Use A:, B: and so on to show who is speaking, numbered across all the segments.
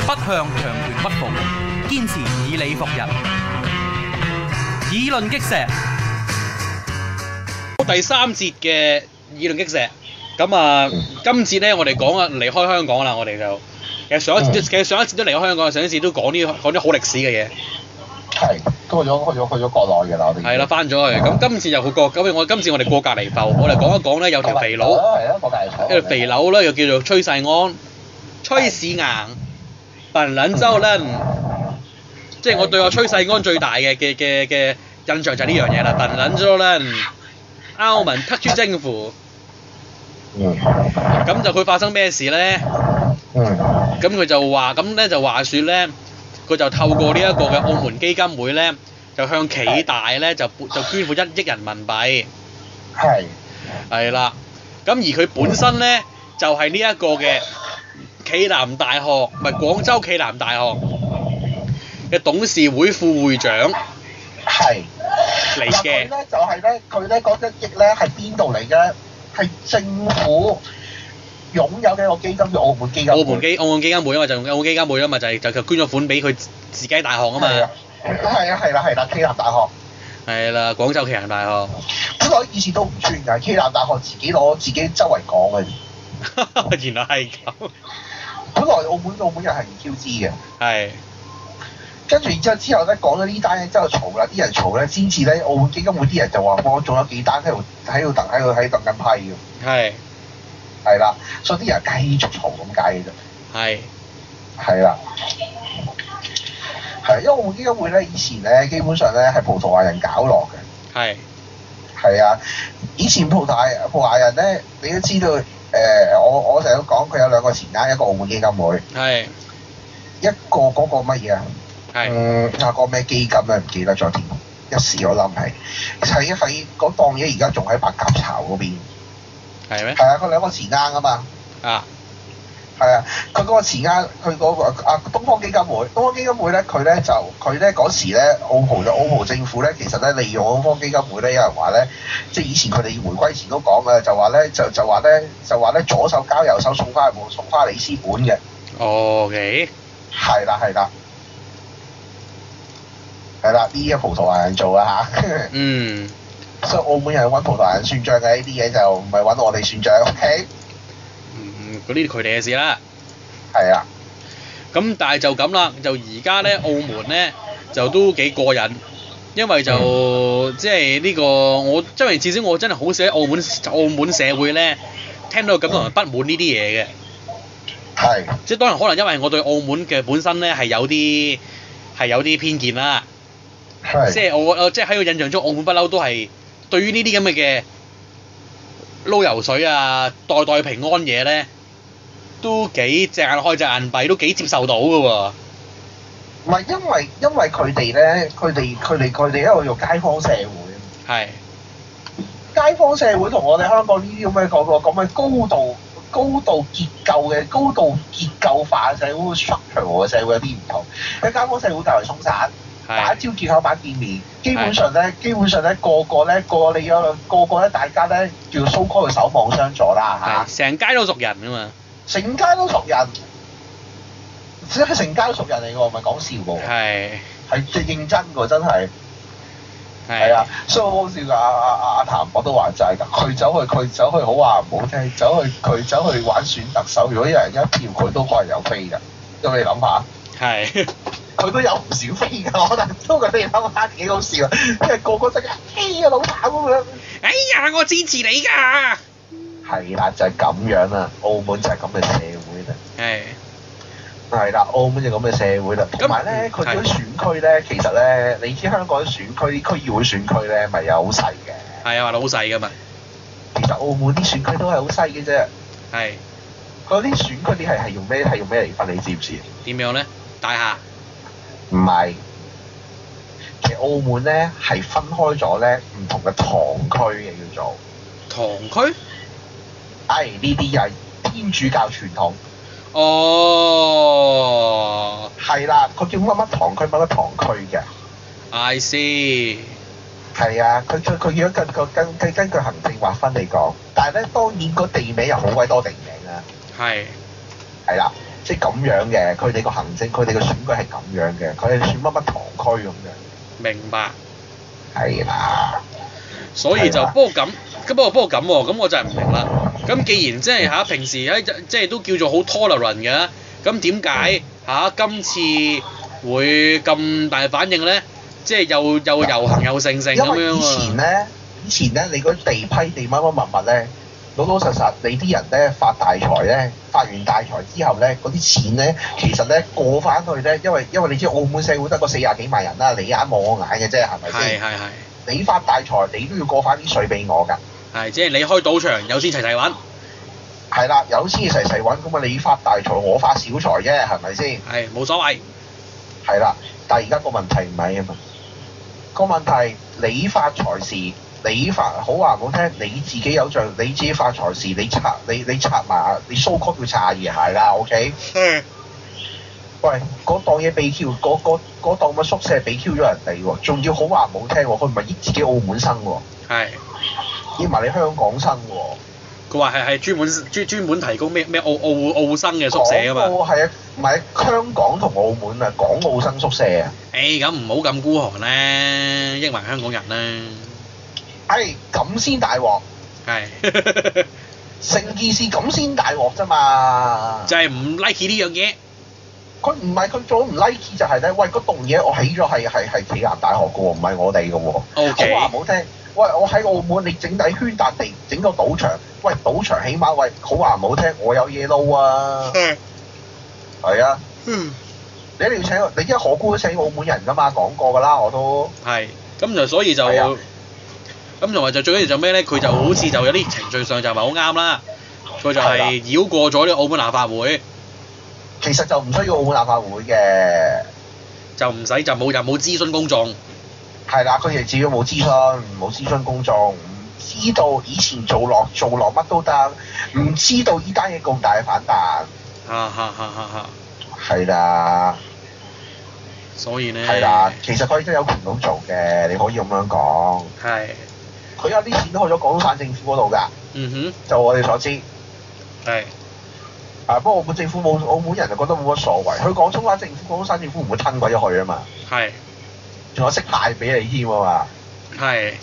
A: 向強權屈服，堅持以理服人，以論擊石。
B: 第三節嘅議論擊石，咁啊，今節咧我哋講啊離開香港啦，我哋就其實上一節
C: 嗯
B: 其實上一節都離開香港，上一節都講啲講啲好歷史嘅嘢，
C: 係去咗去咗去咗國內嘅啦，我哋
B: 係啦，翻咗去，咁今次就好過，咁我今次我哋過隔離埠，我哋講一講咧有條肥佬，
C: 係啊，國大
B: 一條肥佬咧又叫做崔世安，崔世硬，笨撚周撚，
C: 嗯
B: 即係我對我崔世安最大嘅嘅嘅嘅印象就係呢樣嘢啦，笨撚周撚，歐盟特區政府。
C: 嗯
B: 咁就佢發生咩事咧？
C: 嗯
B: 咁佢就話，咁咧就話説咧，佢就透過呢一個嘅澳門基金會咧，就向暨大咧就撥就捐款一億人民幣，
C: 係
B: 係啦。咁而佢本身咧就係呢一個嘅暨南大學，唔係廣州暨南大學嘅董事會副會長
C: 係
B: 嚟
C: 嗱佢。
B: 嘅
C: 咧就係咧，佢咧嗰一億咧係邊度嚟嘅？係政府擁有嘅一個基金叫澳門基金會。
B: 澳門基澳門基金會啊嘛，就用澳門基金會啊嘛，就係就捐咗款俾佢自己大學啊
C: 係
B: 嘛
C: 啊，係啊，係啦，係啦，暨南大學。
B: 係啦，廣州暨南大學。
C: 本來以前都唔算㗎，暨南大學自己攞自己周圍講嘅。
B: 原來係咁，
C: 本來澳門澳門人係唔 Q 知嘅，
B: 係
C: 跟住然之後之後咧講咗呢單嘢之後嘈啦，啲人嘈咧先至咧澳門基金會啲人就話我仲有幾單喺度喺度等喺度喺度等緊批嘅，
B: 係
C: 係啦，所以啲人繼續嘈咁解嘅啫，
B: 係
C: 係啦。係，因為澳門基金會咧，以前咧基本上咧係葡萄牙人搞落嘅，
B: 係
C: 係啊。以前葡萄牙葡萄牙人咧，你都知道，誒、我我成日都講佢有兩個前間，一個澳門基金會，
B: 係
C: 一個嗰個乜嘢啊？
B: 係
C: 嗯，有個咩基金咧？唔記得咗添，一時我諗起喺喺嗰檔嘢，而家仲喺白鴿巢嗰邊。
B: 係咩？
C: 係啊，佢兩個匙啱啊嘛。
B: 啊
C: 係啊，佢嗰個匙啱，佢嗰個啊東方基金會，東方基金會咧，佢咧就佢咧嗰時咧，澳葡就澳葡政府咧，其實咧利用東方基金會咧，有人話咧，即係以前佢哋回歸前都講嘅，就話咧就就話咧就話咧左手交右手送花送花里斯本嘅。
B: ，OK，
C: 係啦，係啦，係啦，呢啲葡萄牙人做啊嚇，
B: 嗯，
C: 所以澳門人揾葡萄牙人算賬嘅呢啲嘢就唔係揾我哋算賬，OK？
B: 嗯嗰啲佢哋嘅事啦。
C: 係啊，
B: 咁但係就咁啦，就而家咧澳門咧就都幾過癮，因為就即係呢個我，因為至少我真係好少喺澳門澳門社會咧聽到咁多人不滿呢啲嘢嘅。
C: 係
B: 即係當然可能因為我對澳門嘅本身咧係有啲係有啲偏見啦。
C: 係，
B: 即係我我即係喺我印象中，澳門不嬲都係對於呢啲咁嘅嘅撈油水啊、代代平安嘢咧，都幾隻眼開隻眼閉，都幾接受到嘅喎。
C: 唔係因為因為佢哋咧，佢哋佢哋佢哋一路用街坊社會，
B: 係
C: 街坊社會同我哋香港呢啲咁嘅嗰個咁嘅高度高度結構嘅高度結構化社會 structure 嘅社會有啲唔同，喺街坊社會較為鬆散。打
B: 係
C: 朝見口，晚見面。基本上咧，基本上咧，個個咧，個個你有個個咧，大家咧叫 so call 守望相助啦
B: 係，成街都熟人㗎嘛。
C: 嚇，成街都熟人，即係成街都熟人嚟㗎喎，唔係講笑㗎喎，
B: 係
C: 係即係認真㗎喎，真係係
B: 係
C: 啊，所以好好笑㗎，阿阿阿譚博都話就係㗎，佢走去佢走去好話唔好聽，走去佢走去玩選特首，如果有人一票佢都可能有飛㗎，咁你諗下。
B: 係
C: 佢都有唔少飛㗎，我覺得都佢哋諗下幾好笑啊！即係個個都係飛啊老闆咁樣。
B: 哎呀，我支持你㗎。
C: 係啦，就係、咁樣啦。澳門就係咁嘅社會啦。
B: 係
C: 係啦，澳門就咁嘅社會啦。
B: 咁
C: 同埋咧，佢啲選區咧，其實咧，你知香港啲選區區議會選區咧，咪有好細嘅。
B: 係啊，話老細㗎嘛。
C: 其實澳門啲選區都係好細嘅啫。
B: 係
C: 嗰啲選區你係係用咩係用咩嚟分？你知唔知？
B: 點樣咧？大廈
C: 唔係，其實澳門咧係分開咗咧唔同嘅堂區嘅叫做。
B: 堂區
C: 唉，呢啲又係天主教傳統。
B: 哦
C: 係啦，佢叫乜乜堂區乜乜堂區嘅。
B: ，I see
C: 係啊，佢佢佢如果根據根據根據行政劃分嚟講，但係咧當然個地名又好鬼多地名啊，
B: 係
C: 係啦，即係咁樣嘅，佢哋個行政，佢哋個選舉係咁樣嘅，佢哋選乜乜堂區咁樣，
B: 明白。
C: 係啦，
B: 所以就
C: 係啦
B: 不過咁，咁不過不過咁喎，咁我就係唔明啦。咁既然即係嚇平時喺即係都叫做好 tolerant 嘅，咁點解嚇今次會咁大反應咧？即係又又遊行又盛盛咁
C: 因為
B: 樣
C: 以前
B: 喎。
C: 咧，以前咧，你嗰啲地批地乜乜物物咧，老老實實，你啲人咧發大財咧，發完大財之後咧，嗰啲錢咧，其實咧過翻去咧，因為因為你知澳門社會得個四廿幾萬人啦，你眼望我眼嘅啫，係咪
B: 係
C: 先？
B: 係係
C: 你發大財，你都要過翻啲税俾我㗎。
B: 係，即係你開賭場有錢齊齊揾，
C: 係啦，有錢嘅齊齊揾，咁啊你發大財，我發小財啫，係咪先？
B: 係冇所 謂。
C: 係啦，但係而家個問題唔係啊嘛，個問題你發財時，你發好話唔好聽，你自己有罪，你自己發財時，你擦你你擦埋你 so call 叫擦鞋鞋啦，OK？喂，嗰檔嘢被 Q，嗰嗰嗰檔嘅宿舍被 Q 咗人哋喎，仲要好話唔好聽喎，佢唔係益自己澳門生喎，
B: 係，
C: 益埋你香港生喎。
B: 佢話係係專門專專門提供咩咩澳澳澳生嘅宿舍
C: 港
B: 㗎嘛。
C: 澳係啊，唔係香港同澳門啊，港澳生宿舍啊。
B: 誒咁唔好咁孤寒咧，益埋香港人咧。
C: 唉，哎咁先大鑊，
B: 係。
C: 成件事咁先大鑊啫嘛。
B: 就係唔 like 呢樣嘢。
C: 佢唔係佢做唔 like 就係咧，喂嗰棟嘢我起咗係係係暨南大學嘅喎，唔係我哋嘅喎。
B: OK
C: 好話唔好聽，喂我喺澳門你整底圈笪地，整個賭場，喂賭場起碼喂好話唔好聽，我有嘢撈啊，係啊，
B: 嗯，
C: 你一定要請我，你因為何故都請澳門人㗎嘛，講過㗎啦我都。
B: 係。咁就所以就
C: 係啊
B: 咁同埋就最緊要就咩咧？佢就好似就有啲程序上就唔係好啱啦。佢就
C: 係啦
B: 係繞過咗呢個澳門立法會，
C: 其實就唔需要澳門立法會嘅，
B: 就唔使就冇就冇諮詢公眾。
C: 係啦，佢哋自己冇諮詢，冇諮詢公眾，唔知道以前做落做落乜都得，唔知道依單嘢咁大嘅反彈，
B: 哈哈哈哈哈！
C: 係啦。
B: 所以咧，
C: 係啦，其實佢都有權咁做嘅，你可以咁樣講。
B: 係，
C: 佢有啲錢都去咗廣東省政府嗰度㗎，
B: 嗯
C: 就我哋所知。
B: 哼，係，
C: 啊，不過澳門政府冇，澳門人就覺得冇乜所謂。佢廣東省政府、廣東省政府唔會吞鬼咗佢啊嘛，
B: 係，
C: 仲有識派俾你添啊嘛。
B: 係，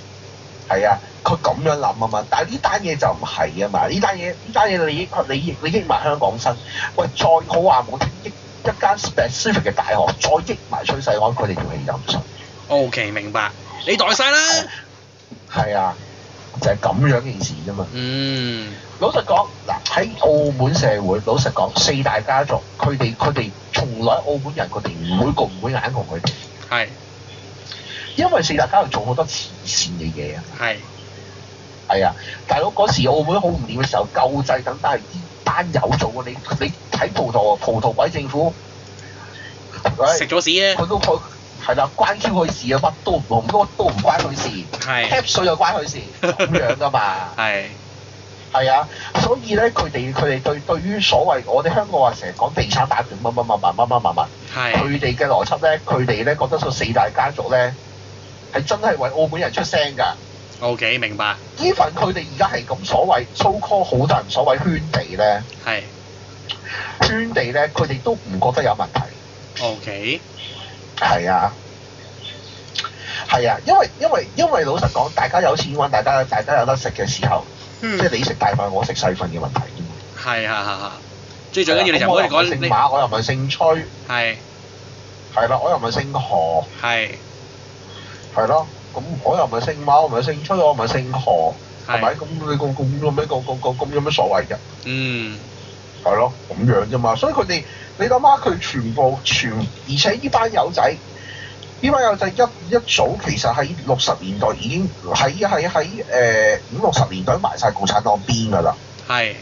C: 係啊，佢咁樣諗啊嘛。但係呢單嘢就唔係啊嘛，呢單嘢呢單嘢你益你益你益埋香港身，喂，再好話冇聽益一間 specific 嘅大學，再益埋崔世安，佢哋條氣就唔順。
B: OK，明白。你代晒啦。
C: 係啊，就係、咁樣件事啫嘛。
B: 嗯，
C: 老實講，嗱喺澳門社會，老實講，四大家族佢哋佢哋從來澳門人佢哋唔會共唔會眼紅佢哋，
B: 係，
C: 因為四大家族做好多慈善嘅嘢啊，
B: 係，
C: 係啊，大佬嗰時澳門好唔掂嘅時候，救濟等都係呢班友做嘅，你你睇葡萄啊葡萄鬼政府，佢
B: 食咗屎咧，
C: 佢都佢係啦，關 Q 佢事啊，乜都唔同，乜都唔關佢事，
B: 係，
C: cap 水又關佢事，咁樣噶嘛。
B: 係，
C: 係啊，所以咧，佢哋佢哋對對於所謂我哋香港話成日講地產大權乜乜乜乜乜乜乜乜，
B: 係，
C: 佢哋嘅邏輯咧，佢哋咧覺得個四大家族咧係真係為澳門人出聲㗎。
B: OK，明白，
C: 呢份佢哋而家係咁所謂 so call 好多人所謂圈地咧，
B: 係
C: 圈地咧，佢哋都唔覺得有問題。
B: ，OK，
C: 係啊，係啊，因為因為因為老實講，大家有錢揾，大家大家有得食嘅時候，
B: 嗯
C: 即係你食大份，我食細份嘅問題。
B: 係係係係，最緊要啊你就唔可以
C: 咁我
B: 講
C: 又唔係
B: 你
C: 姓馬，我又唔係姓崔。
B: 係
C: 係啦，我又唔係姓何，
B: 係
C: 係咯，咁我又唔係姓馬，我唔係姓崔，我唔係姓何，係咪？
B: 係，
C: 咁你咁咁咁咩咁咁咁咁有咩所謂啫？
B: 嗯
C: 係咯，咁樣啫嘛。所以佢哋，你諗下佢全部全，而且呢班友仔，呢班友仔一一早其實喺六十年代已經喺喺喺誒五六十年代埋晒共產黨邊㗎啦。
B: 係，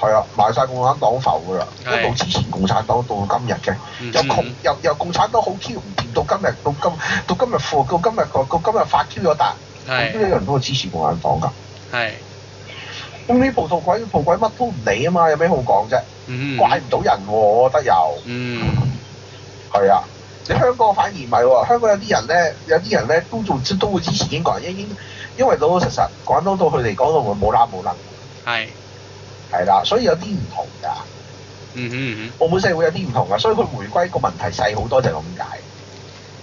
C: 係啊，埋晒共產黨浮㗎啦，
B: 係
C: 一路支持共產黨到今日嘅，
B: 嗯
C: 由窮
B: 哼
C: 由由共產黨好 Q 唔掂到今日，到今到今日富，到今日個到今日發 Q 咗達，咁呢
B: 係
C: 啲人都會支持共產黨㗎。
B: 係，
C: 咁呢葡萄鬼葡鬼乜都唔理啊嘛，有咩好講啫？
B: 嗯
C: 怪唔到人喎，我覺得又
B: 嗯
C: 係啊。你香港反而唔係喎，香港有啲人咧，有啲人咧都做都會支持英國人，因因因為老老實實廣東到佢哋講到會冇啦冇能，
B: 係
C: 係啦，所以有啲唔同㗎。
B: 嗯哼嗯
C: 澳門社會有啲唔同啊，所以佢回歸個問題細好多就係咁解。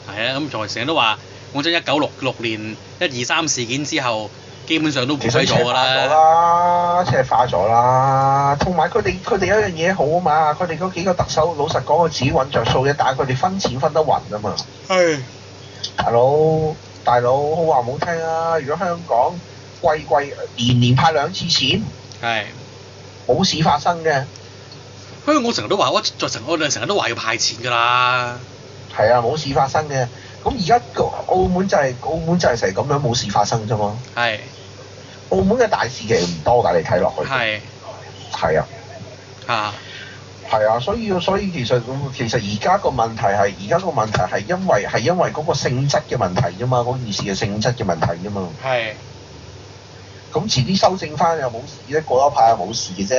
B: 哼，係啊，咁財成日都話，講真，一九六六年一二三事件之後，基本上都回
C: 其實
B: 歸咗
C: 赤化
B: 㗎
C: 咗
B: 啦。
C: 啦，赤化咗啦，同埋佢哋佢哋有一樣嘢好啊嘛，佢哋嗰幾個特首老實講，佢自己揾着數嘅，但係佢哋分錢分得勻啊嘛。
B: 係。
C: 大佬，大佬，好話唔好聽啊！如果香港季季年年派兩次錢，
B: 係。
C: 冇事發生嘅，
B: 香港成日都話，我再成我哋成日都話要派錢㗎啦。
C: 係啊，冇事發生嘅。咁而家個澳門就係、澳門就係成咁樣冇事發生啫嘛。
B: 係
C: 澳門嘅大事其實唔多㗎，你睇落去
B: 係
C: 係啊。
B: 啊，
C: 係啊，所以所以其實其實而家個問題係而家個問題係因為係因為嗰個性質嘅問題啫嘛，嗰件事嘅性質嘅問題啫嘛。
B: 係。
C: 咁遲啲修正翻又冇事咧，過一排又冇事嘅啫。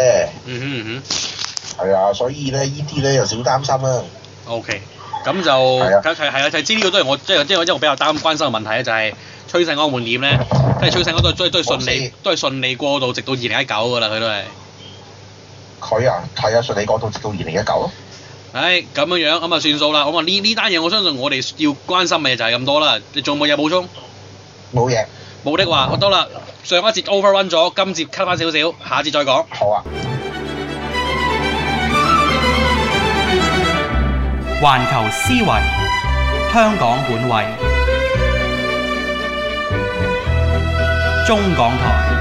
B: 嗯哼嗯哼。
C: 係啊，所以咧呢啲咧又少擔心啦。
B: O K，咁就
C: 係啊
B: 睇睇係啊，睇知呢個都係我即係即係即係我比較擔關心嘅問題咧，就係趨勢安換點咧，即係趨勢安都係都係都係順利
C: 我
B: 都係順利過渡，直到二零一九㗎啦，佢都係。
C: 佢啊，係啊，順利講到直到二零一九咯。
B: 唉，咁樣樣咁啊算數啦。咁啊呢呢單嘢我相信我哋要關心嘅就係咁多啦。你仲有冇嘢補充？
C: 冇嘢，
B: 冇的話，我得啦。上一節 overrun 咗，今節 cut 翻少少，下節再講。
C: 好啊。
A: 環球思維，香港本位，中港台。